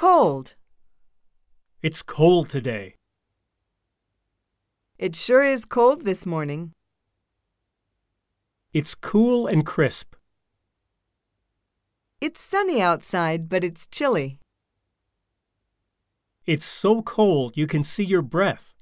cold. It's cold today. It sure is cold this morning. It's cool and crisp. It's sunny outside, but it's chilly. It's so cold you can see your breath.